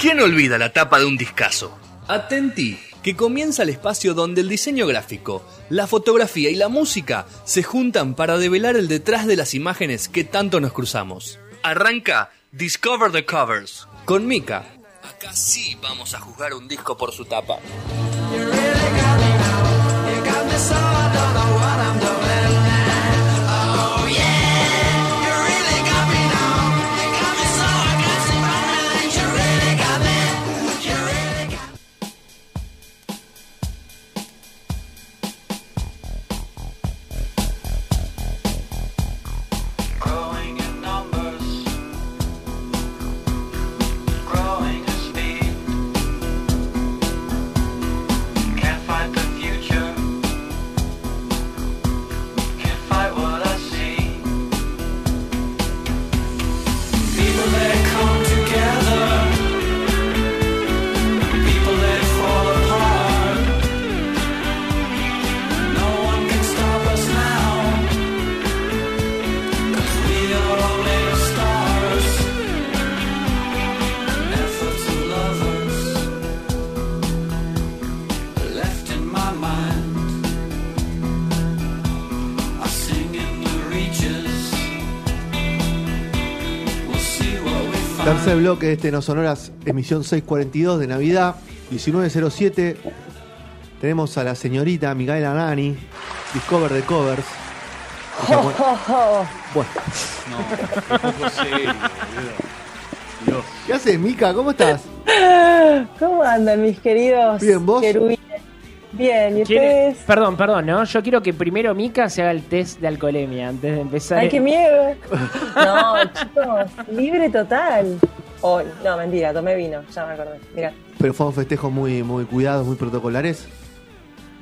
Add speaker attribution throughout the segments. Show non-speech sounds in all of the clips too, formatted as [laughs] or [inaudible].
Speaker 1: ¿Quién olvida la tapa de un discazo?
Speaker 2: Atenti, que comienza el espacio donde el diseño gráfico, la fotografía y la música se juntan para develar el detrás de las imágenes que tanto nos cruzamos.
Speaker 1: Arranca Discover the Covers.
Speaker 2: Con Mika. Acá sí vamos a juzgar un disco por su tapa.
Speaker 3: Tercer bloque de este No Sonoras, emisión 642 de Navidad, 1907. Tenemos a la señorita Micaela Nani, Discover de Covers. Ella, bueno, bueno,
Speaker 4: No, tampoco sé, boludo. Dios.
Speaker 3: ¿qué haces, Mica? ¿Cómo estás?
Speaker 5: ¿Cómo andan mis queridos
Speaker 3: Bien, ¿vos?
Speaker 5: querubines? Bien, ¿y
Speaker 6: ¿Quiere-
Speaker 5: ustedes?
Speaker 6: Perdón, perdón, ¿no? Yo quiero que primero Mika se haga el test de alcoholemia antes de empezar.
Speaker 5: ¡Ay,
Speaker 6: el-
Speaker 3: [laughs]
Speaker 5: qué miedo! No, chicos, libre total. Hoy, no, mentira, tomé vino, ya me acordé. Mirá.
Speaker 3: Pero fue un festejo muy, muy cuidados, muy protocolares.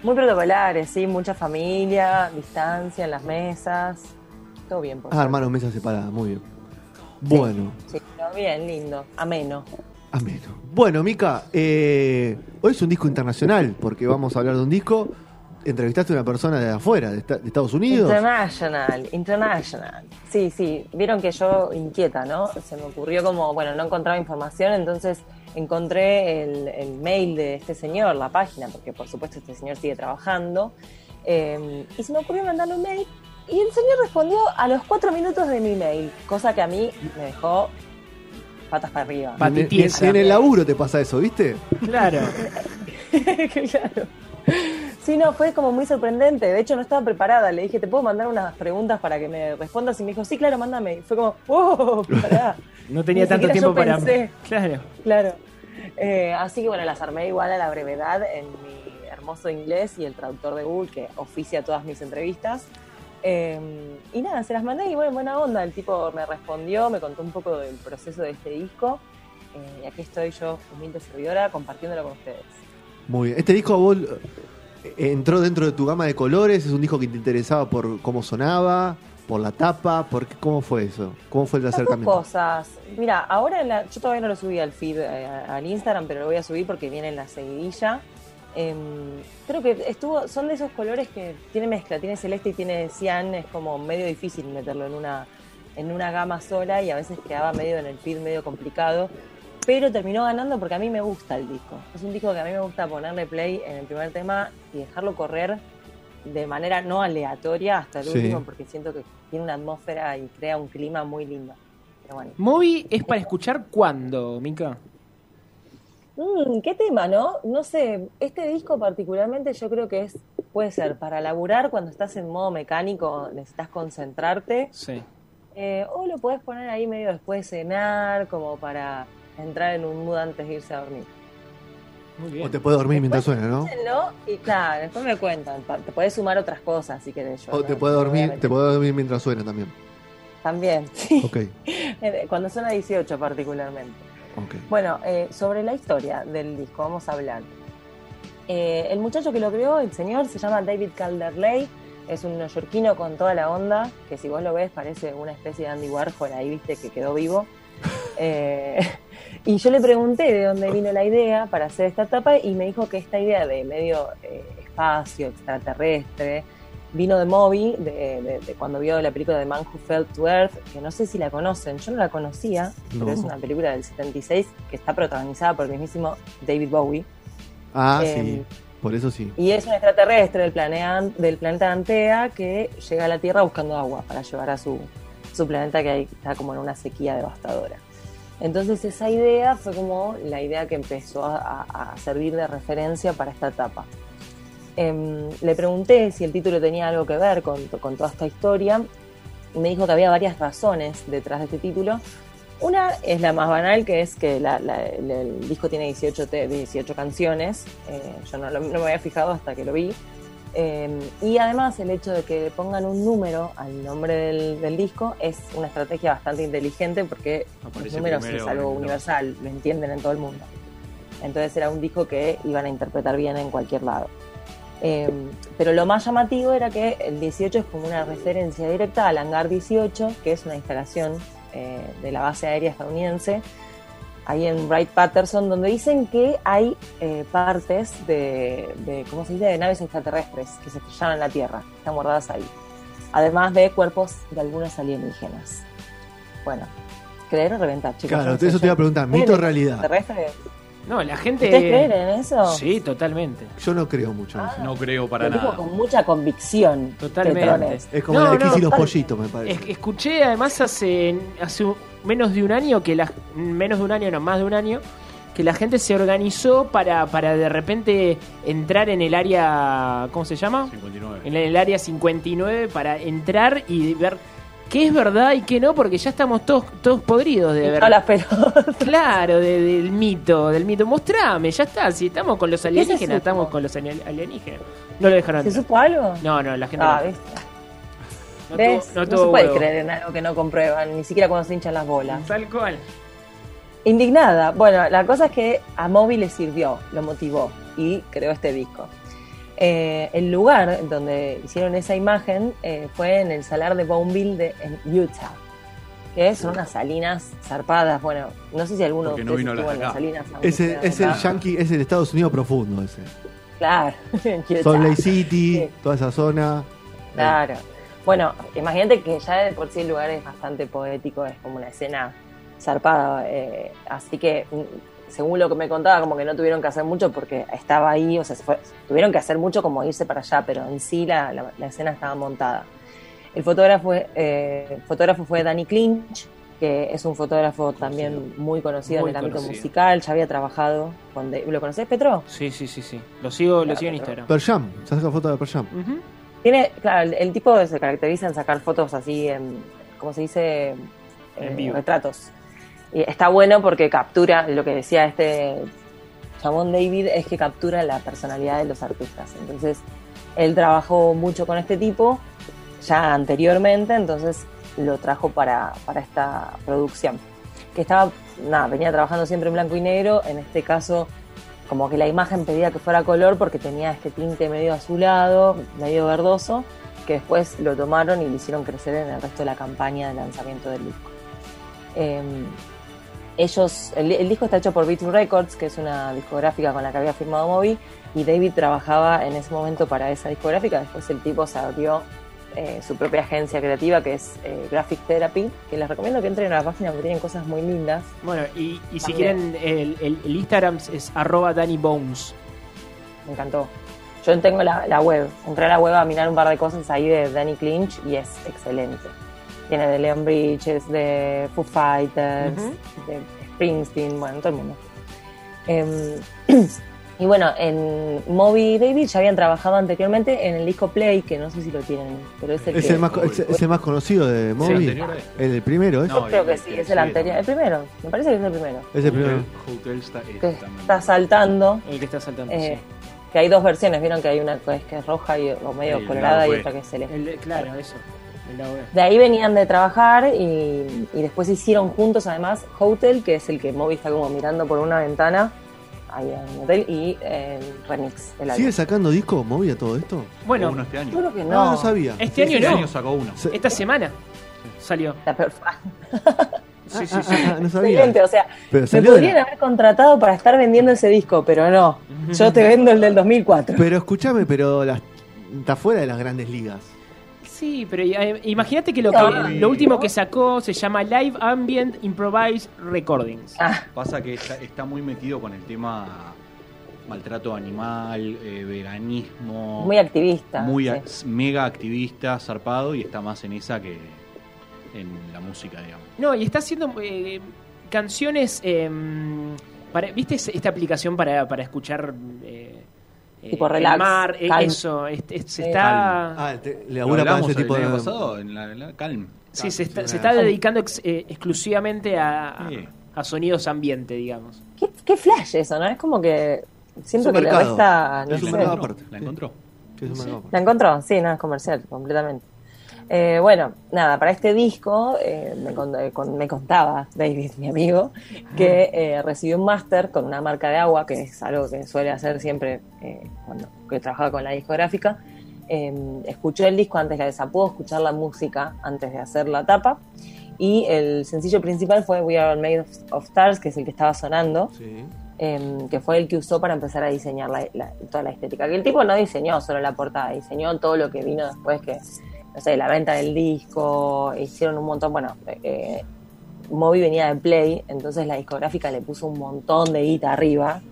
Speaker 5: Muy protocolares, sí, mucha familia, distancia en las mesas. Todo bien,
Speaker 3: Ah,
Speaker 5: por suerte.
Speaker 3: hermanos, mesa separada, muy bien. Bueno,
Speaker 5: Sí, todo bien, lindo, ameno.
Speaker 3: ameno. Bueno, Mica, eh, hoy es un disco internacional, porque vamos a hablar de un disco. Entrevistaste a una persona de afuera, de, esta- de Estados Unidos.
Speaker 5: International, international. Sí, sí, vieron que yo inquieta, ¿no? Se me ocurrió como, bueno, no encontraba información, entonces encontré el, el mail de este señor, la página, porque por supuesto este señor sigue trabajando, eh, y se me ocurrió mandarle un mail, y el señor respondió a los cuatro minutos de mi mail, cosa que a mí me dejó patas para arriba.
Speaker 6: Pa-
Speaker 3: Ni- ni-
Speaker 6: Patitiesa.
Speaker 3: ni en el laburo te pasa eso, ¿viste?
Speaker 6: Claro.
Speaker 5: [laughs] claro. Sí, no, fue como muy sorprendente. De hecho, no estaba preparada. Le dije, ¿te puedo mandar unas preguntas para que me respondas? Y me dijo, sí, claro, mándame. Y fue como, ¡wow! Pará.
Speaker 6: No tenía
Speaker 5: Ni
Speaker 6: tanto
Speaker 5: siquiera
Speaker 6: tiempo
Speaker 5: yo
Speaker 6: para.
Speaker 5: pensé.
Speaker 6: Claro.
Speaker 5: Claro. Eh, así que bueno, las armé igual a la brevedad en mi hermoso inglés y el traductor de Google que oficia todas mis entrevistas. Eh, y nada, se las mandé y bueno, buena onda. El tipo me respondió, me contó un poco del proceso de este disco. Eh, y aquí estoy yo, humilde servidora, compartiéndolo con ustedes.
Speaker 3: Muy bien. Este disco a vos eh, entró dentro de tu gama de colores, es un disco que te interesaba por cómo sonaba, por la tapa, por qué- cómo fue eso, cómo fue el
Speaker 5: Las dos
Speaker 3: acercamiento.
Speaker 5: cosas. Mira, ahora en la- yo todavía no lo subí al feed, eh, a- al Instagram, pero lo voy a subir porque viene en la seguidilla. Em, creo que estuvo, son de esos colores que tiene mezcla, tiene celeste y tiene cian, es como medio difícil meterlo en una, en una gama sola y a veces quedaba medio en el feed medio complicado. Pero terminó ganando porque a mí me gusta el disco. Es un disco que a mí me gusta ponerle play en el primer tema y dejarlo correr de manera no aleatoria hasta el
Speaker 3: Sí.
Speaker 5: último porque siento que tiene una atmósfera y crea un clima muy lindo. Pero bueno.
Speaker 6: Movie es para escuchar cuándo, Mika.
Speaker 5: Mm, qué tema, ¿no? No sé, este disco particularmente yo creo que es puede ser para laburar cuando estás en modo mecánico, necesitas concentrarte,
Speaker 6: Sí.
Speaker 5: eh, o lo puedes poner ahí medio después de cenar, como para entrar en un mood antes de irse a dormir.
Speaker 6: Muy
Speaker 3: O
Speaker 6: bien.
Speaker 3: te puede dormir mientras suena, ¿no?
Speaker 5: Escúchenlo y claro, después me cuentan, pa- te podés sumar otras cosas si querés yo.
Speaker 3: O
Speaker 5: no-
Speaker 3: te puede
Speaker 5: no voy a
Speaker 3: dormir,
Speaker 5: meter.
Speaker 3: te puede dormir mientras suena también.
Speaker 5: También, sí, [laughs] Eh,
Speaker 3: Ok,
Speaker 5: cuando suena 18 particularmente.
Speaker 3: ok.
Speaker 5: Bueno, eh, sobre la historia del disco, vamos a hablar. Eh, el muchacho que lo creó, el señor, se llama David Calderley. Es un neoyorquino con toda la onda, que si vos lo ves parece una especie de Andy Warhol ahí, viste, que quedó vivo. Eh, [laughs] y yo le pregunté de dónde vino la idea para hacer esta etapa y me dijo que esta idea de medio eh, espacio, extraterrestre, vino de Moby, de, de- de cuando vio la película de Man Who Fell to Earth, que no sé si la conocen, yo no la conocía,
Speaker 3: No.
Speaker 5: pero es una película del 76 que está protagonizada por el mismísimo David Bowie.
Speaker 3: Ah,
Speaker 5: Em,
Speaker 3: sí. Por eso sí.
Speaker 5: Y es un extraterrestre del, planea- del planeta Antea que llega a la Tierra buscando agua para llevar a su, su planeta que ahí está como en una sequía devastadora. Entonces esa idea fue como la idea que empezó a, a- a servir de referencia para esta etapa. Em, le pregunté si el título tenía algo que ver con, to- con toda esta historia. Me dijo que había varias razones detrás de este título. Una es la más banal, que es que la- la- el, el disco tiene 18, te- 18 canciones. Eh, yo no, lo- no me había fijado hasta que lo vi. Eh, y además el hecho de que pongan un número al nombre del, del disco es una estrategia bastante inteligente porque los
Speaker 4: Aparece
Speaker 5: números
Speaker 4: primero
Speaker 5: es algo
Speaker 4: el nombre.
Speaker 5: universal, lo entienden en todo el mundo. Entonces era un disco que iban a interpretar bien en cualquier lado. Eh, pero lo más llamativo era que el 18 es como una referencia directa al hangar 18, que es una instalación eh, de la base aérea estadounidense, ahí en Wright Patterson, donde dicen que hay eh, partes de, de, ¿cómo se dice?, de naves extraterrestres que se estrellaron en la Tierra, que están guardadas ahí, además de cuerpos de algunos alienígenas. Bueno, creer o reventar, chicos.
Speaker 3: Claro,
Speaker 5: No sé,
Speaker 3: eso te
Speaker 5: yo-
Speaker 3: iba a preguntar, ¿mito o realidad?
Speaker 5: ¿Extraterrestres?
Speaker 6: No, la gente.
Speaker 5: ¿Ustedes creen en eso?
Speaker 6: Eh, Sí, totalmente.
Speaker 3: Yo no creo mucho en eso.
Speaker 4: No creo para
Speaker 5: Lo dijo
Speaker 4: nada.
Speaker 5: con mucha convicción.
Speaker 6: Totalmente.
Speaker 5: Tetrones.
Speaker 3: Es como
Speaker 6: No,
Speaker 3: el X
Speaker 6: no,
Speaker 3: y los
Speaker 5: tal-
Speaker 3: pollitos, me
Speaker 6: Es-
Speaker 3: parece.
Speaker 6: escuché además hace, hace un- menos de un año que la, menos de un año, no, más de un año, que la gente se organizó para, para de repente entrar en el área, ¿cómo se llama?
Speaker 4: 59.
Speaker 6: En el área 59 para entrar y ver qué es verdad y qué no, porque ya estamos todos, todos podridos de ver.
Speaker 5: No las pelotas.
Speaker 6: Claro, de- del mito, del mito. Mostrame, ya está. Si estamos con los
Speaker 5: se
Speaker 6: alienígenas,
Speaker 5: supo?
Speaker 6: estamos con los ali- alienígenas. No lo dejaron
Speaker 5: ¿Se
Speaker 6: entrar.
Speaker 5: supo algo?
Speaker 6: No, no, la gente
Speaker 5: Ah,
Speaker 6: no.
Speaker 5: ¿viste?
Speaker 6: No
Speaker 5: ¿Ves?
Speaker 6: tuvo-
Speaker 5: No,
Speaker 6: no tuvo
Speaker 5: se puede
Speaker 6: huevo.
Speaker 5: creer en algo que no comprueban, ni siquiera cuando se hinchan las bolas.
Speaker 6: Tal cual.
Speaker 5: Indignada. Bueno, la cosa es que a Moby le sirvió, lo motivó y creó este disco. Eh, el lugar donde hicieron esa imagen eh, fue en el salar de Bownville de, en Utah, que son unas salinas zarpadas. Bueno, no sé si alguno
Speaker 4: Porque
Speaker 5: de
Speaker 4: no
Speaker 5: ustedes
Speaker 4: vino
Speaker 5: estuvo
Speaker 4: las
Speaker 5: en
Speaker 4: de
Speaker 5: las salinas.
Speaker 4: acá.
Speaker 5: aunque
Speaker 3: Ese,
Speaker 5: sea de
Speaker 3: es el
Speaker 5: acá.
Speaker 3: yankee, es el Estados Unidos profundo ese.
Speaker 5: Claro. [laughs] en Utah.
Speaker 3: Salt Lake City,
Speaker 5: Sí.
Speaker 3: toda esa zona.
Speaker 5: Claro. Bueno, imagínate que ya de por sí el lugar es bastante poético, es como una escena zarpada. eh, así que, mm, según lo que me contaba, como que no tuvieron que hacer mucho porque estaba ahí, o sea, se fue- tuvieron que hacer mucho como irse para allá, pero en sí la, la- la escena estaba montada. El fotógrafo, eh, fotógrafo fue Danny Clinch, que es un fotógrafo también muy conocido
Speaker 6: Muy
Speaker 5: en el ámbito
Speaker 6: conocido.
Speaker 5: musical, ya había trabajado con... Dave- ¿Lo conocés, Petro?
Speaker 6: Sí, sí, sí, sí. Lo sigo, lo sigo en Instagram.
Speaker 3: Eh, Pearl Jam, se saca foto de Pearl Jam.
Speaker 6: Ujú.
Speaker 5: Tiene, claro, el, el tipo se caracteriza en sacar fotos así, en, ¿cómo se dice?
Speaker 6: En
Speaker 5: Eh,
Speaker 6: vivo.
Speaker 5: Retratos. Y está bueno porque captura, lo que decía este chamón David, es que captura la personalidad de los artistas. Entonces, él trabajó mucho con este tipo ya anteriormente, entonces lo trajo para, para esta producción. Que estaba, nada, venía trabajando siempre en blanco y negro, en este caso como que la imagen pedía que fuera color porque tenía este tinte medio azulado, medio verdoso, que después lo tomaron y lo hicieron crecer en el resto de la campaña de lanzamiento del disco. Eh, ellos, el, el disco está hecho por Beat Records, que es una discográfica con la que había firmado Moby, y David trabajaba en ese momento para esa discográfica. Después el tipo se abrió eh, su propia agencia creativa, que es eh, Graphic Therapy, que les recomiendo que entren a la página porque tienen cosas muy lindas.
Speaker 6: Bueno, y, y si
Speaker 5: También.
Speaker 6: quieren, el, el- el Instagram es arroba Danny Bones.
Speaker 5: me encantó. Yo tengo la, la web, entré a la web a mirar un par de cosas ahí de Danny Clinch y es excelente. Tiene de Leon Bridges, de Foo Fighters, de Springsteen, bueno, todo el mundo. Em, [clears throat] y bueno, en Moby y David ya habían trabajado anteriormente en el disco Play, que no sé si lo tienen, pero es el
Speaker 3: Es
Speaker 5: que...
Speaker 3: el más, co- es, es el más conocido de Moby.
Speaker 4: anterior a este.
Speaker 3: el primero, ¿es?
Speaker 4: No,
Speaker 5: Creo que
Speaker 4: el-
Speaker 5: sí,
Speaker 4: el-
Speaker 5: es el
Speaker 4: sí,
Speaker 5: anterior, el primero, me parece que es el primero,
Speaker 3: Es el primero.
Speaker 4: Hotel está
Speaker 5: que
Speaker 4: este también.
Speaker 5: está saltando,
Speaker 6: El que está saltando.
Speaker 5: eh, que hay dos versiones, vieron que hay una que es, que es roja y, o medio
Speaker 4: El
Speaker 5: colorada
Speaker 4: lado
Speaker 5: y
Speaker 4: B.
Speaker 5: otra que es
Speaker 6: sí.
Speaker 5: celeste.
Speaker 6: El de- claro, eso. El lado B.
Speaker 5: De ahí venían de trabajar y, y después hicieron juntos además Hotel, que es el que Moby está como mirando por una ventana, ahí en un hotel, y el Remix. El álbum.
Speaker 3: ¿Sigue sacando disco Moby a todo esto?
Speaker 4: Bueno,
Speaker 6: Bueno,
Speaker 4: uno este
Speaker 5: Yo
Speaker 4: año.
Speaker 5: creo que
Speaker 3: Ah,
Speaker 5: no.
Speaker 3: no sabía.
Speaker 6: este año
Speaker 4: Este
Speaker 6: no.
Speaker 4: año sacó uno.
Speaker 3: Se-
Speaker 6: Esta semana salió.
Speaker 5: La per- [laughs]
Speaker 6: Sí, sí,
Speaker 3: Ah,
Speaker 6: sí.
Speaker 3: ah, ah, no sabía.
Speaker 5: Excelente, o sea,
Speaker 3: Pero
Speaker 5: me
Speaker 3: salió de la-
Speaker 5: podrían haber contratado para estar vendiendo ese disco, pero no. Yo te vendo el del 2004.
Speaker 3: Pero escúchame, pero las está fuera de las grandes ligas.
Speaker 6: Sí, pero eh, imagínate que lo,
Speaker 5: No.
Speaker 6: que- lo último que sacó se llama Live Ambient Improvised Recordings.
Speaker 5: Ah,
Speaker 4: Pasa que está, está muy metido con el tema maltrato animal, eh, veganismo.
Speaker 5: muy activista.
Speaker 4: muy a-
Speaker 5: sí.
Speaker 4: mega activista, zarpado, y está más en esa que en la música, digamos.
Speaker 6: No, y está haciendo eh, canciones. eh, para, ¿Viste es- esta aplicación para, para escuchar. eh, eh,
Speaker 5: Tipo
Speaker 6: el
Speaker 5: relax,
Speaker 6: mar, eh,
Speaker 5: calma.
Speaker 6: eso, este- este- se
Speaker 5: Sí.
Speaker 6: está.
Speaker 3: Ah, te, le
Speaker 4: Lo
Speaker 3: labura para
Speaker 4: hablamos
Speaker 3: ese tipo
Speaker 4: el
Speaker 3: de.
Speaker 4: año pasado, en la, la- Calm.
Speaker 6: Sí, se está,
Speaker 3: sí,
Speaker 6: se
Speaker 3: una-
Speaker 6: está dedicando ex- eh, exclusivamente a, a-
Speaker 4: Sí.
Speaker 6: a sonidos ambiente, digamos.
Speaker 5: ¿Qué, qué flash eso, ¿no? Es como que siento
Speaker 3: un
Speaker 5: que le
Speaker 3: mercado.
Speaker 5: resta.
Speaker 3: Es
Speaker 5: No
Speaker 3: un
Speaker 5: sé.
Speaker 3: mercado
Speaker 4: encontró,
Speaker 3: aparte.
Speaker 4: La encontró.
Speaker 3: que es un mercado aparte.
Speaker 5: ¿La encontró? Sí, no, es comercial, completamente. Eh, bueno, nada, para este disco eh, me, con- eh, con- me contaba David, mi amigo, que eh, recibió un máster con una marca de agua, que es algo que suele hacer siempre eh, cuando que trabajaba con la discográfica. Eh, escuchó el disco antes de pudo escuchar la música antes de hacer la tapa. Y el sencillo principal fue We Are All Made of, of Stars, que es el que estaba sonando
Speaker 3: Sí.
Speaker 5: em, que fue el que usó para empezar a diseñar la- la- toda la estética. Que el tipo no diseñó solo la portada, diseñó todo lo que vino después, que, no sé, la venta del disco, hicieron un montón, bueno, eh, Moby venía de Play, entonces la discográfica le puso un montón de guita arriba.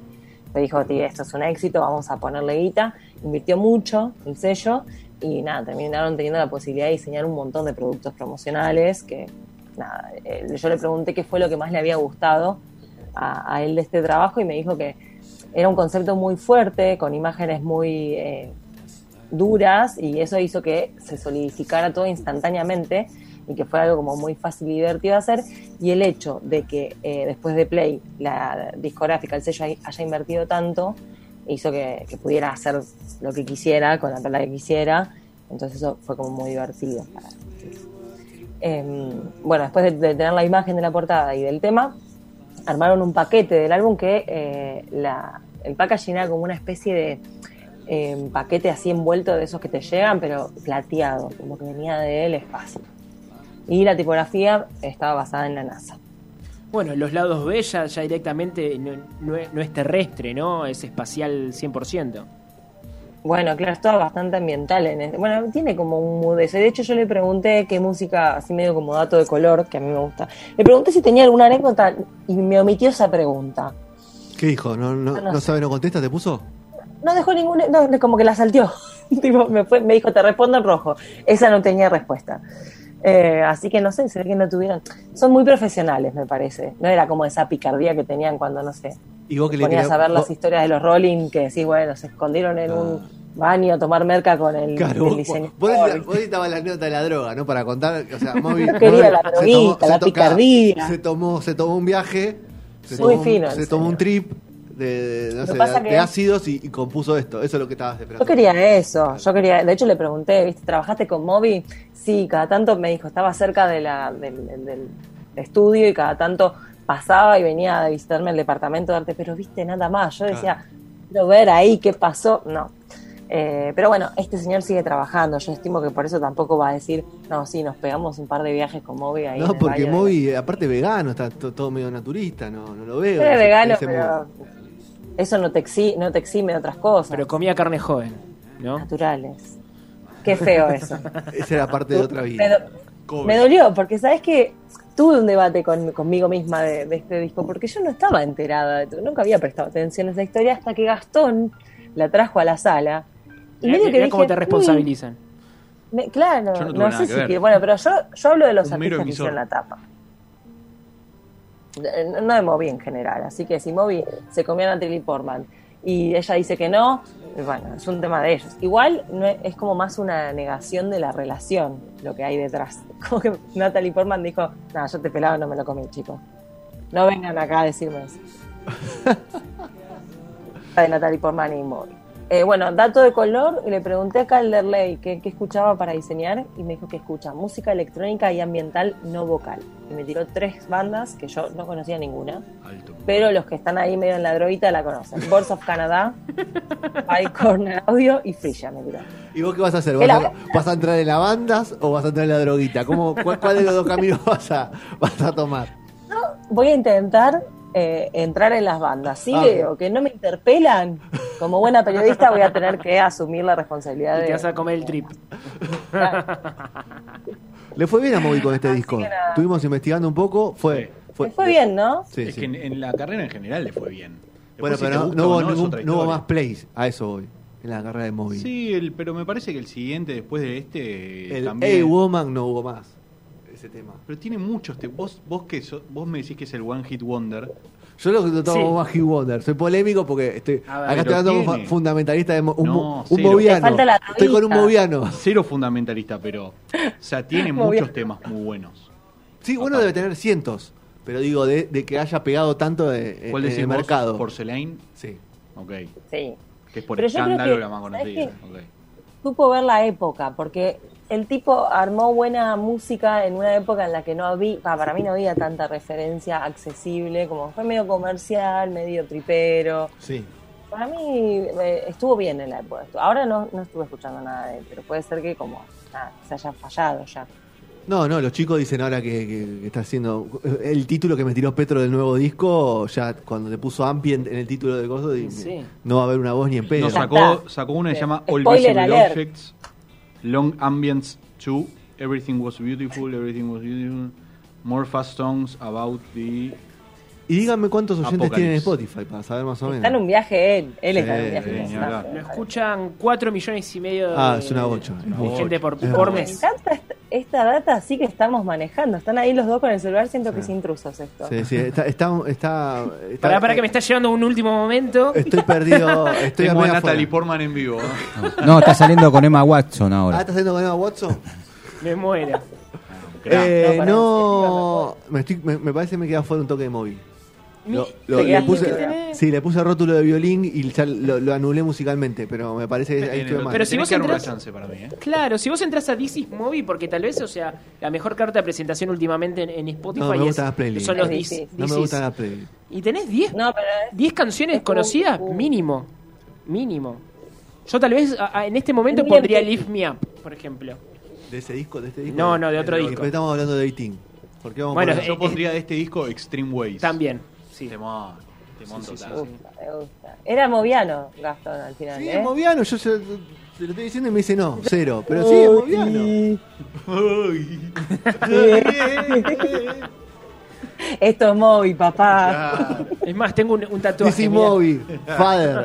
Speaker 5: Le dijo, tío, esto es un éxito, vamos a ponerle guita. Invirtió mucho el sello y nada, terminaron teniendo la posibilidad de diseñar un montón de productos promocionales que, nada, eh, yo le pregunté qué fue lo que más le había gustado a, a él de este trabajo y me dijo que era un concepto muy fuerte, con imágenes muy eh, duras y eso hizo que se solidificara todo instantáneamente y que fue algo como muy fácil y divertido de hacer y el hecho de que eh, después de Play la discográfica, el sello hay- haya invertido tanto hizo que, que pudiera hacer lo que quisiera con la plata que quisiera entonces eso fue como muy divertido para él. Em, bueno, después de- de tener la imagen de la portada y del tema, armaron un paquete del álbum que eh, la- el packaging era como una especie de eh, paquete así envuelto de esos que te llegan, pero plateado, como que venía del espacio. Y la tipografía estaba basada en la NASA.
Speaker 6: Bueno, los lados B ya, ya directamente no, no es- no es terrestre, ¿no? Es espacial 100%.
Speaker 5: Bueno, claro, estaba bastante ambiental. En este- Bueno, tiene como un mood ese. De hecho, yo le pregunté qué música, así medio como dato de color, que a mí me gusta. Le pregunté si tenía alguna anécdota y me omitió esa pregunta.
Speaker 3: ¿Qué dijo? ¿No, no,
Speaker 5: No
Speaker 3: no
Speaker 5: sé.
Speaker 3: sabe, no contesta? ¿Te puso?
Speaker 5: No dejó ninguna, no, como que la salteó. [laughs] Tipo, me, fue- me dijo, te respondo en rojo. Esa no tenía respuesta. Eh, así que no sé, se ve que no tuvieron. Son muy profesionales, me parece. No era como esa picardía que tenían cuando, no sé,
Speaker 3: ¿Y vos que le
Speaker 5: ponías
Speaker 3: querías-
Speaker 5: a ver las
Speaker 3: vos-
Speaker 5: historias de los Rolling, que decís, bueno, se escondieron en
Speaker 3: Ah.
Speaker 5: un baño a tomar merca con el,
Speaker 3: Claro,
Speaker 5: el
Speaker 3: vos,
Speaker 5: diseñador.
Speaker 3: vos necesitabas- vos necesitabas la nota de la droga, ¿no? Para contar, o
Speaker 5: [laughs]
Speaker 3: sea, Moby-
Speaker 5: No quería
Speaker 3: Moby
Speaker 5: la
Speaker 3: se
Speaker 5: droguita,
Speaker 3: tomó- se
Speaker 5: la
Speaker 3: to-
Speaker 5: picardía.
Speaker 3: Se tomó, se tomó un viaje, se,
Speaker 5: Muy
Speaker 3: tomó, un-
Speaker 5: fino, en
Speaker 3: se
Speaker 5: serio.
Speaker 3: tomó un trip de, no
Speaker 5: Lo
Speaker 3: sé, de,
Speaker 5: pasa
Speaker 3: de
Speaker 5: que-
Speaker 3: ácidos y, y compuso esto. Eso es lo que estabas esperando.
Speaker 5: Yo quería eso, yo quería, de hecho le pregunté, ¿viste? ¿Trabajaste con Moby? Sí, cada tanto me dijo, estaba cerca de la, del, del- del estudio y cada tanto pasaba y venía a visitarme al departamento de arte, pero viste nada más. Yo decía, quiero ver ahí qué pasó. No. Eh, pero bueno, este señor sigue trabajando, yo estimo que por eso tampoco va a decir, no, sí, nos pegamos un par de viajes con Moby ahí. en
Speaker 3: No,
Speaker 5: el
Speaker 3: porque
Speaker 5: baño de-
Speaker 3: Moby, aparte vegano, está to- todo medio naturista, no, no lo veo.
Speaker 5: Era
Speaker 3: ese-
Speaker 5: vegano,
Speaker 3: ese
Speaker 5: pero
Speaker 3: Moby.
Speaker 5: eso no te, exi- no te exime de otras cosas
Speaker 6: Pero comía carne joven, ¿no?
Speaker 5: naturales. Qué
Speaker 3: [laughs]
Speaker 5: feo eso.
Speaker 3: Esa era parte de otra
Speaker 5: Me,
Speaker 3: vida.
Speaker 5: do- me dolió, porque sabes que tuve un debate con- conmigo misma de, de este disco, porque yo no estaba enterada, de todo, nunca había prestado atención a esa historia hasta que Gastón la trajo a la sala. Y
Speaker 6: Mirá,
Speaker 5: medio que
Speaker 6: mirá
Speaker 5: dije,
Speaker 6: cómo te
Speaker 5: "Mm,
Speaker 6: responsabilizan.
Speaker 5: me- claro,
Speaker 4: Yo no
Speaker 5: no,
Speaker 4: tuve nada
Speaker 5: sé
Speaker 4: que
Speaker 5: si.
Speaker 4: ver.
Speaker 5: que- Bueno, pero yo, yo hablo de los
Speaker 4: Un mero
Speaker 5: artistas que hicieron la
Speaker 4: emisor.
Speaker 5: tapa. Eh, No de Moby en general, así que si Moby se comió a Natalie Portman y ella dice que no, eh, bueno, es un tema de ellos. Igual no es, es como más una negación de la relación lo que hay detrás. [laughs] Como que Natalie Portman dijo: No, yo te pelaba, no me lo comí, chico. No vengan acá a decirme eso. La de Natalie Portman y Moby. Eh, bueno, dato de color, le pregunté a Calderley qué, qué escuchaba para diseñar y me dijo que escucha música electrónica y ambiental no vocal. Y me tiró tres bandas que yo no conocía ninguna,
Speaker 4: Alto.
Speaker 5: pero los que están ahí medio en la droguita la conocen. Boards of
Speaker 6: [laughs]
Speaker 5: Canada, High Corner Audio y Frisha me tiró.
Speaker 3: ¿Y vos qué vas a hacer? ¿Vas
Speaker 5: Era-
Speaker 3: a, vas a entrar en las bandas o vas a entrar en la [laughs] droguita? ¿Cómo, cuál, cuál de los dos caminos vas a, vas a tomar?
Speaker 5: Voy a intentar eh, entrar en las bandas.
Speaker 6: Ah.
Speaker 5: Sí veo que no me interpelan. Como buena periodista voy a tener que asumir la responsabilidad
Speaker 6: Y te
Speaker 5: de...
Speaker 6: vas a comer el trip.
Speaker 3: Le fue bien a Moby con este
Speaker 5: Así
Speaker 3: disco.
Speaker 5: que nada.
Speaker 3: Estuvimos investigando un poco. Fue.
Speaker 5: Me fue bien, ¿no?
Speaker 3: Sí,
Speaker 4: es
Speaker 3: sí.
Speaker 4: que en, en la carrera en general le fue bien. Después,
Speaker 3: Bueno,
Speaker 4: si
Speaker 3: pero
Speaker 4: te
Speaker 3: no-
Speaker 4: gusta
Speaker 3: no,
Speaker 4: o
Speaker 3: hubo
Speaker 4: es
Speaker 3: ningún-
Speaker 4: otra
Speaker 3: no hubo
Speaker 4: historia.
Speaker 3: más plays. A eso voy. En la carrera de Moby.
Speaker 4: Sí, el- pero me parece que el siguiente después de este
Speaker 3: el
Speaker 4: también.
Speaker 3: Hey Woman no hubo más. Ese tema.
Speaker 4: Pero tiene muchos. te- vos, vos, que so- vos me decís que es el One Hit Wonder.
Speaker 3: Yo lo que
Speaker 6: Sí.
Speaker 3: tomo más Hugh Wonder. Soy polémico porque estoy,
Speaker 6: A ver,
Speaker 3: acá estoy
Speaker 4: pero
Speaker 3: hablando como
Speaker 4: tiene.
Speaker 3: fa- fundamentalista de mo- un,
Speaker 4: No,
Speaker 3: mo- un
Speaker 4: sí, lo-
Speaker 3: moviano.
Speaker 5: Te falta la
Speaker 3: estoy con un
Speaker 5: tabita.
Speaker 3: moviano.
Speaker 4: Cero fundamentalista, pero. O sea,
Speaker 5: [laughs]
Speaker 4: tiene
Speaker 5: Muy bien.
Speaker 4: muchos temas muy buenos.
Speaker 3: Sí, uno debe tener cientos. Pero digo, de, de que haya pegado tanto Eh, de-
Speaker 4: ¿Cuál
Speaker 3: en
Speaker 4: decís
Speaker 3: el
Speaker 4: vos?
Speaker 3: mercado.
Speaker 4: Porcelain.
Speaker 3: Sí.
Speaker 4: Ok.
Speaker 5: Sí.
Speaker 4: Que es por
Speaker 5: Pero yo creo
Speaker 4: escándalo
Speaker 5: que-
Speaker 4: la más
Speaker 5: ¿sabés
Speaker 4: conocida. ok.
Speaker 5: supo ver la época, porque el tipo armó buena música en una época en la que no había, para mí no había tanta referencia accesible, como fue medio comercial, medio tripero.
Speaker 3: Sí.
Speaker 5: Para mí eh, estuvo bien en la época. Estu- Ahora no, no estuve escuchando nada de él, pero puede ser que como nada, se haya fallado ya.
Speaker 3: No, no, los chicos dicen ahora que, que- que está haciendo. El título que me tiró Petro del nuevo disco, ya cuando le puso Ambient en el título de Gozo, di-
Speaker 6: Sí.
Speaker 3: no va a haber una voz ni en pedo.
Speaker 4: No,
Speaker 5: Ya
Speaker 4: sacó,
Speaker 5: está.
Speaker 4: sacó una que se
Speaker 5: Sí.
Speaker 4: llama All
Speaker 5: Spoiler
Speaker 4: Visible
Speaker 5: alert.
Speaker 4: Objects, Long Ambience 2, Everything Was Beautiful, Everything Was Beautiful, More Fast Songs About the...
Speaker 3: y díganme cuántos oyentes
Speaker 4: Apocalipsis.
Speaker 3: tienen en Spotify para saber más o menos.
Speaker 5: Está en un viaje él, él está en un
Speaker 3: Sí,
Speaker 5: viaje.
Speaker 4: sí, ni hablar.
Speaker 5: personal.
Speaker 6: Lo escuchan 4 millones y medio de
Speaker 3: Ah, es una bocha, es una
Speaker 6: gente por,
Speaker 3: Es
Speaker 6: por
Speaker 3: una
Speaker 5: Me
Speaker 6: mes.
Speaker 5: encanta esta, esta data, sí que estamos manejando. Están ahí los dos con el celular, siento que
Speaker 3: Sí.
Speaker 5: es intrusos esto.
Speaker 3: Sí, sí, está. está, está, está-
Speaker 6: Pará, pará que me está llegando un último momento.
Speaker 3: [laughs] Estoy perdido. Estoy
Speaker 4: Tengo a
Speaker 3: medio
Speaker 4: Natalie
Speaker 3: afuera. Eh,
Speaker 4: Portman en vivo.
Speaker 7: No, está saliendo con Emma Watson
Speaker 3: Ah,
Speaker 7: ahora.
Speaker 3: ¿estás haciendo con Emma Watson?
Speaker 6: Me muero.
Speaker 4: ah,
Speaker 3: Eh,
Speaker 5: No, para
Speaker 3: no, me, estoy- me- me parece que me queda fuera un toque de móvil. Lo- lo-
Speaker 5: Te
Speaker 3: le
Speaker 5: quedaste
Speaker 3: puse-
Speaker 5: sin querer.
Speaker 3: sí, le puse rótulo de violín y ya lo, lo anulé musicalmente, pero me parece que ahí estuve mal.
Speaker 4: Pero
Speaker 6: si
Speaker 4: si
Speaker 6: vos
Speaker 4: que dar una
Speaker 6: entras-
Speaker 4: chance para mí, ¿eh?
Speaker 6: Claro, si vos entras a This is Movie, porque tal vez, o sea, la mejor carta de presentación últimamente en, en Spotify
Speaker 3: No, me
Speaker 6: es-
Speaker 3: gustan las playlists.
Speaker 6: son los
Speaker 5: Es
Speaker 6: This,
Speaker 5: difícil.
Speaker 3: No
Speaker 6: This
Speaker 3: me
Speaker 6: Is.
Speaker 3: gusta la play.
Speaker 6: Y tenés 10
Speaker 5: No, pero es-
Speaker 6: 10 canciones
Speaker 5: Es como un-
Speaker 6: conocidas,
Speaker 5: un-
Speaker 6: mínimo. Mínimo. Yo tal vez a- a- en este momento
Speaker 5: Bien.
Speaker 6: pondría Lift Me Up, por ejemplo.
Speaker 3: ¿De ese disco? ¿De este disco?
Speaker 6: No, no, de otro
Speaker 3: Eh,
Speaker 6: disco.
Speaker 3: pero Estamos hablando de 18. ¿Por qué vamos
Speaker 6: Bueno,
Speaker 3: por ahí?
Speaker 6: eh,
Speaker 4: Yo pondría de este disco Extreme Ways.
Speaker 6: También. Sí.
Speaker 4: Temón. Temón
Speaker 6: Sí, sí,
Speaker 3: Ah,
Speaker 4: total.
Speaker 5: Me gusta, me gusta. Era moviano Gastón al final.
Speaker 3: Sí,
Speaker 5: ¿eh?
Speaker 3: es Moviano, yo se, se lo estoy diciendo y me dice no, cero. Pero sí, es
Speaker 5: [laughs]
Speaker 3: Moviano.
Speaker 4: Ay.
Speaker 5: Esto es Moby, papá.
Speaker 4: Ah,
Speaker 6: Es más, tengo un, un tatuaje.
Speaker 3: Dice
Speaker 6: mirá.
Speaker 3: Movi, [laughs] Father.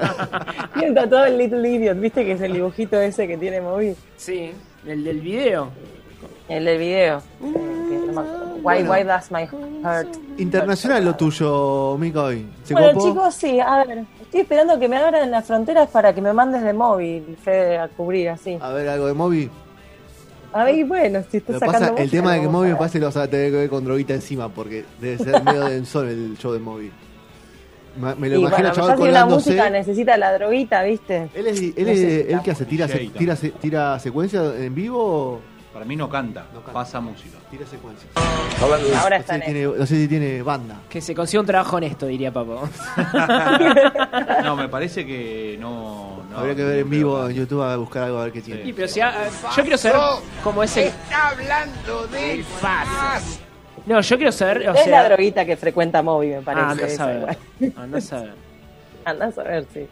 Speaker 5: Mientras todo el Little Idiot, ¿viste que es el dibujito ese que tiene Moby?
Speaker 6: Sí, el del video.
Speaker 5: El del video. Eh, que no me acuerdo. Why,
Speaker 3: Bueno.
Speaker 5: why does my heart?
Speaker 3: Internacional lo tuyo, Mica, hoy. ¿Se
Speaker 5: Bueno,
Speaker 3: copó?
Speaker 5: chicos, sí, a ver. Estoy esperando que me abran las fronteras para que me mandes de móvil, Fede, a cubrir así.
Speaker 3: A ver, algo de Movi.
Speaker 5: A ver, y bueno, si
Speaker 3: Ah.
Speaker 5: estás
Speaker 3: Lo que
Speaker 5: sacando.
Speaker 3: pasa, el
Speaker 5: música,
Speaker 3: tema de que
Speaker 5: vamos
Speaker 3: Moby
Speaker 5: a
Speaker 3: me
Speaker 5: ver.
Speaker 3: parece que lo vas a tener que ver con droguita encima, porque debe ser medio denso el show de Moby. Ma- Me lo
Speaker 5: Y
Speaker 3: imagino,
Speaker 5: bueno,
Speaker 3: chaval, Eh,
Speaker 5: ya si la
Speaker 3: colándose.
Speaker 5: música necesita la droguita, ¿viste?
Speaker 3: Él es, él
Speaker 5: No
Speaker 3: es-
Speaker 5: sé si
Speaker 3: él que hace, tira,
Speaker 4: DJ
Speaker 3: se- tira, se- tira secuencia en vivo o
Speaker 4: Para mí no canta,
Speaker 3: No canta.
Speaker 4: pasa música.
Speaker 3: tira secuencia.
Speaker 5: Ahora
Speaker 3: No sé,
Speaker 5: están.
Speaker 3: si tiene, no sé si tiene banda.
Speaker 6: Que se consiga un trabajo en esto, diría Papo.
Speaker 4: No, me parece que no. no
Speaker 3: Habría que ver en vivo en YouTube a buscar algo a ver qué tiene.
Speaker 6: [laughs] Y, pero si ha- yo quiero saber cómo es el. No, yo quiero saber. O
Speaker 5: es la
Speaker 6: sea,
Speaker 5: droguita que frecuenta Moby, me parece.
Speaker 6: ah, anda a
Speaker 5: esa,
Speaker 6: saber. Ah,
Speaker 5: igual. [laughs]
Speaker 6: Anda a saber.
Speaker 5: Andá a saber, sí.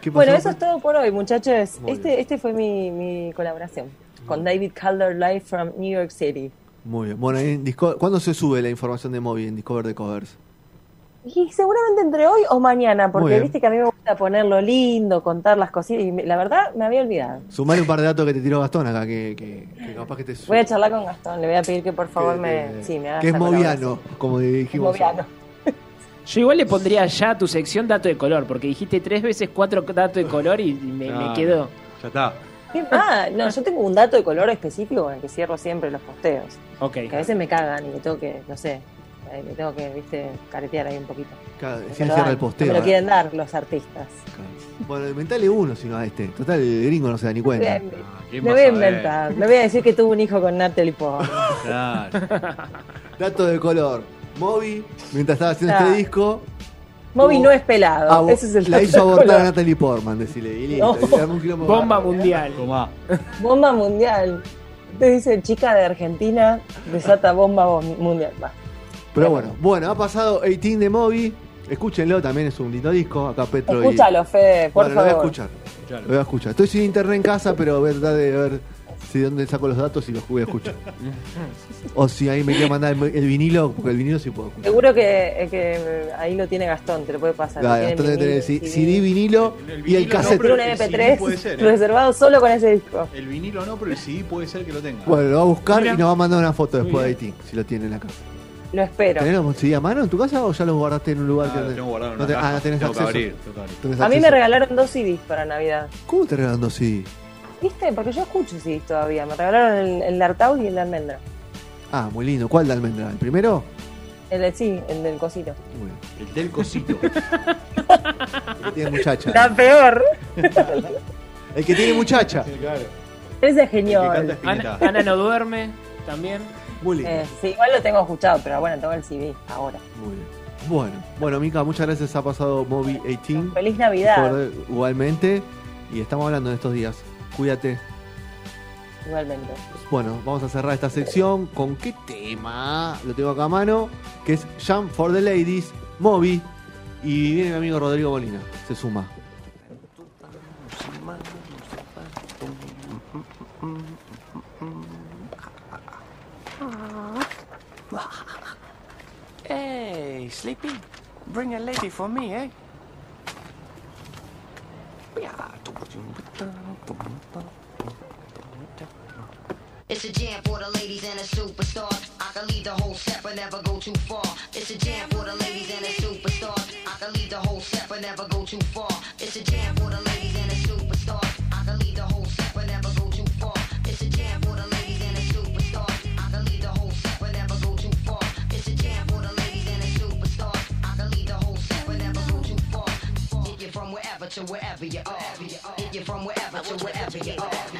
Speaker 3: ¿Qué pasó?
Speaker 5: Bueno, eso es todo por hoy, muchachos.
Speaker 3: Muy bien.
Speaker 5: Este, este fue mi, mi colaboración con David Calder Live from New York City.
Speaker 3: Muy bien. Bueno, en Disco- ¿cuándo se sube la información de Moby en Discover de Covers?
Speaker 5: Y seguramente entre hoy o mañana,
Speaker 3: Muy
Speaker 5: porque
Speaker 3: bien.
Speaker 5: viste que a mí me gusta ponerlo lindo, contar las cositas, y me- la verdad me había olvidado.
Speaker 3: Sumale un par de datos que te tiró Gastón acá, que, que- que capaz que te sube.
Speaker 5: Voy a charlar con Gastón, le voy a pedir que por favor
Speaker 3: que, eh,
Speaker 5: me, sí, me haga
Speaker 3: que es
Speaker 5: esa
Speaker 3: Moviano,
Speaker 5: colaboración.
Speaker 3: como
Speaker 5: Es
Speaker 3: dijimos.
Speaker 5: moviano.
Speaker 6: Yo igual le pondría ya a tu sección dato de color, porque dijiste tres veces cuatro datos de color y me, me
Speaker 4: Claro.
Speaker 6: quedó.
Speaker 4: Ya está.
Speaker 5: ¿Qué más? No, yo tengo un dato de color específico con el que cierro siempre los posteos.
Speaker 6: Ok.
Speaker 5: Que a veces me cagan y me tengo que, no sé, eh, me tengo que, viste, caretear ahí un poquito.
Speaker 3: Claro,
Speaker 5: No
Speaker 3: decían
Speaker 5: me lo
Speaker 3: cierra
Speaker 5: dan,
Speaker 3: el posteo.
Speaker 5: no me lo
Speaker 3: ¿eh?
Speaker 5: quieren dar los artistas.
Speaker 3: Bueno, inventale uno si no a este. Total, el gringo no se da ni cuenta.
Speaker 5: Bien.
Speaker 4: Ah,
Speaker 5: Eh, Me
Speaker 4: ¿quién va
Speaker 5: voy a
Speaker 4: saber?
Speaker 5: inventar. Le voy a decir que tuvo un hijo con Natalie Portman.
Speaker 3: [laughs]
Speaker 4: Claro.
Speaker 3: Dato de color. Moby, mientras estaba haciendo
Speaker 5: Claro.
Speaker 3: este disco,
Speaker 5: Ah. Moby
Speaker 3: Tuvo-
Speaker 5: no es pelado.
Speaker 3: abo-
Speaker 5: Ese es el
Speaker 3: la
Speaker 5: dato
Speaker 3: hizo
Speaker 5: de
Speaker 3: abortar a
Speaker 5: color.
Speaker 3: Natalie Portman, decirle. Y listo,
Speaker 5: No.
Speaker 3: y le damos un quilombo.
Speaker 6: Bomba mundial.
Speaker 4: Tomá.
Speaker 5: Bomba mundial. Te dice chica de Argentina, desata bomba bom- mundial. Va.
Speaker 3: Pero bueno, bueno, ha pasado 18 de Moby. Escúchenlo, también es un lindo disco. Acá Petro y-
Speaker 5: Escúchalo, Fede, por
Speaker 3: Bueno, lo
Speaker 5: favor.
Speaker 3: voy a escuchar. Lo voy a escuchar. Estoy sin internet en casa, pero voy a tratar de ver si de dónde saco los datos y los voy a
Speaker 4: [laughs]
Speaker 3: escuchar. o si ahí me quiero mandar el, el vinilo, porque el vinilo sí puedo escuchar.
Speaker 5: Seguro que, que ahí lo tiene Gastón, te lo puede pasar. Lo
Speaker 3: Dale,
Speaker 5: tiene en
Speaker 3: hasta donde
Speaker 5: vinilo,
Speaker 3: tenés CD,
Speaker 5: CD.
Speaker 3: vinilo y el
Speaker 4: vinilo no,
Speaker 3: cassette.
Speaker 4: pero-
Speaker 5: un
Speaker 4: el CD
Speaker 5: MP3
Speaker 4: puede ser, ¿eh?
Speaker 5: reservado solo con ese disco.
Speaker 4: El vinilo no, pero el CD puede ser que lo tenga.
Speaker 3: Bueno, lo va a buscar
Speaker 6: Mira.
Speaker 3: y nos va a mandar una foto
Speaker 6: Muy
Speaker 3: después de ti, si lo tienen acá.
Speaker 5: Lo espero.
Speaker 3: ¿Tenés los CD a mano en tu casa o ya los guardaste en un lugar
Speaker 4: Ah,
Speaker 3: que
Speaker 4: lo tengo guardado en
Speaker 3: no
Speaker 4: una
Speaker 3: te-
Speaker 4: caja.
Speaker 3: Ah, no tenés
Speaker 4: tengo
Speaker 3: acceso.
Speaker 4: que abrir, tengo que abrir.
Speaker 3: Tenés
Speaker 5: A mí me
Speaker 3: acceso.
Speaker 5: regalaron dos CDs para Navidad.
Speaker 3: ¿Cómo te regalan dos CD?
Speaker 5: ¿Viste? Porque yo escucho CDs todavía. Me regalaron el, el de Artaud y el de Almendra.
Speaker 3: Ah, muy lindo. ¿Cuál de almendra? ¿El primero?
Speaker 5: El de, sí, el del cosito.
Speaker 3: Muy bien.
Speaker 4: El del cosito.
Speaker 3: El que tiene muchacha.
Speaker 5: [laughs] La peor.
Speaker 3: El que tiene muchacha.
Speaker 5: Ese es
Speaker 4: El que canta
Speaker 5: genial.
Speaker 6: Ana,
Speaker 4: Spinetta.
Speaker 6: Ana no duerme también.
Speaker 3: Muy lindo.
Speaker 5: Eh, sí, igual lo tengo escuchado, pero bueno, tengo el CD ahora.
Speaker 3: Muy bien. Bueno, bueno, Mica, muchas gracias. Ha pasado Moby 18.
Speaker 5: Feliz Navidad,
Speaker 3: Recuerda, Igualmente. Y estamos hablando en estos días. Cuídate.
Speaker 5: igualmente.
Speaker 3: Bueno, vamos a cerrar esta sección con qué tema lo tengo acá a mano, que es Jump for the Ladies, Moby. Y viene mi amigo Rodrigo Molina, se suma.
Speaker 8: Hey, Sleepy, bring a lady for me, eh?
Speaker 9: It's a jam for the ladies and a superstar. I can lead the whole set but never go too far. It's a jam for the ladies and a superstar. I can lead the whole set but never go too far. It's a jam for the ladies and a superstar. I can lead the whole set but never go too far. It's a jam for the ladies and a superstar. I can lead the whole set but never go too far. It's a jam for the ladies and a superstar. I can lead the whole set but never go too far. If you're from wherever to wherever you are. If you're from wherever to wherever you are.